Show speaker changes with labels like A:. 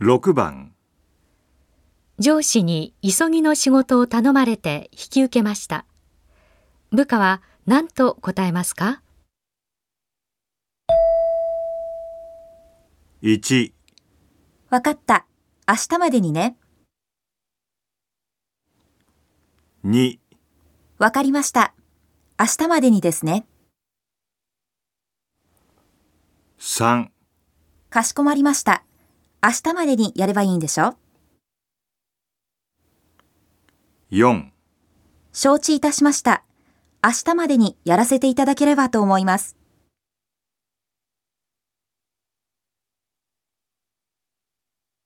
A: 6番
B: 上司に急ぎの仕事を頼まれて引き受けました。部下は何と答えますか
A: 1
C: わかった。明日までにね。
A: 2
C: わかりました。明日までにですね。
A: 3
C: かしこまりました。明日までにやればいいんでしょ
A: 4
C: 承知いたしました。明日までにやらせていただければと思います。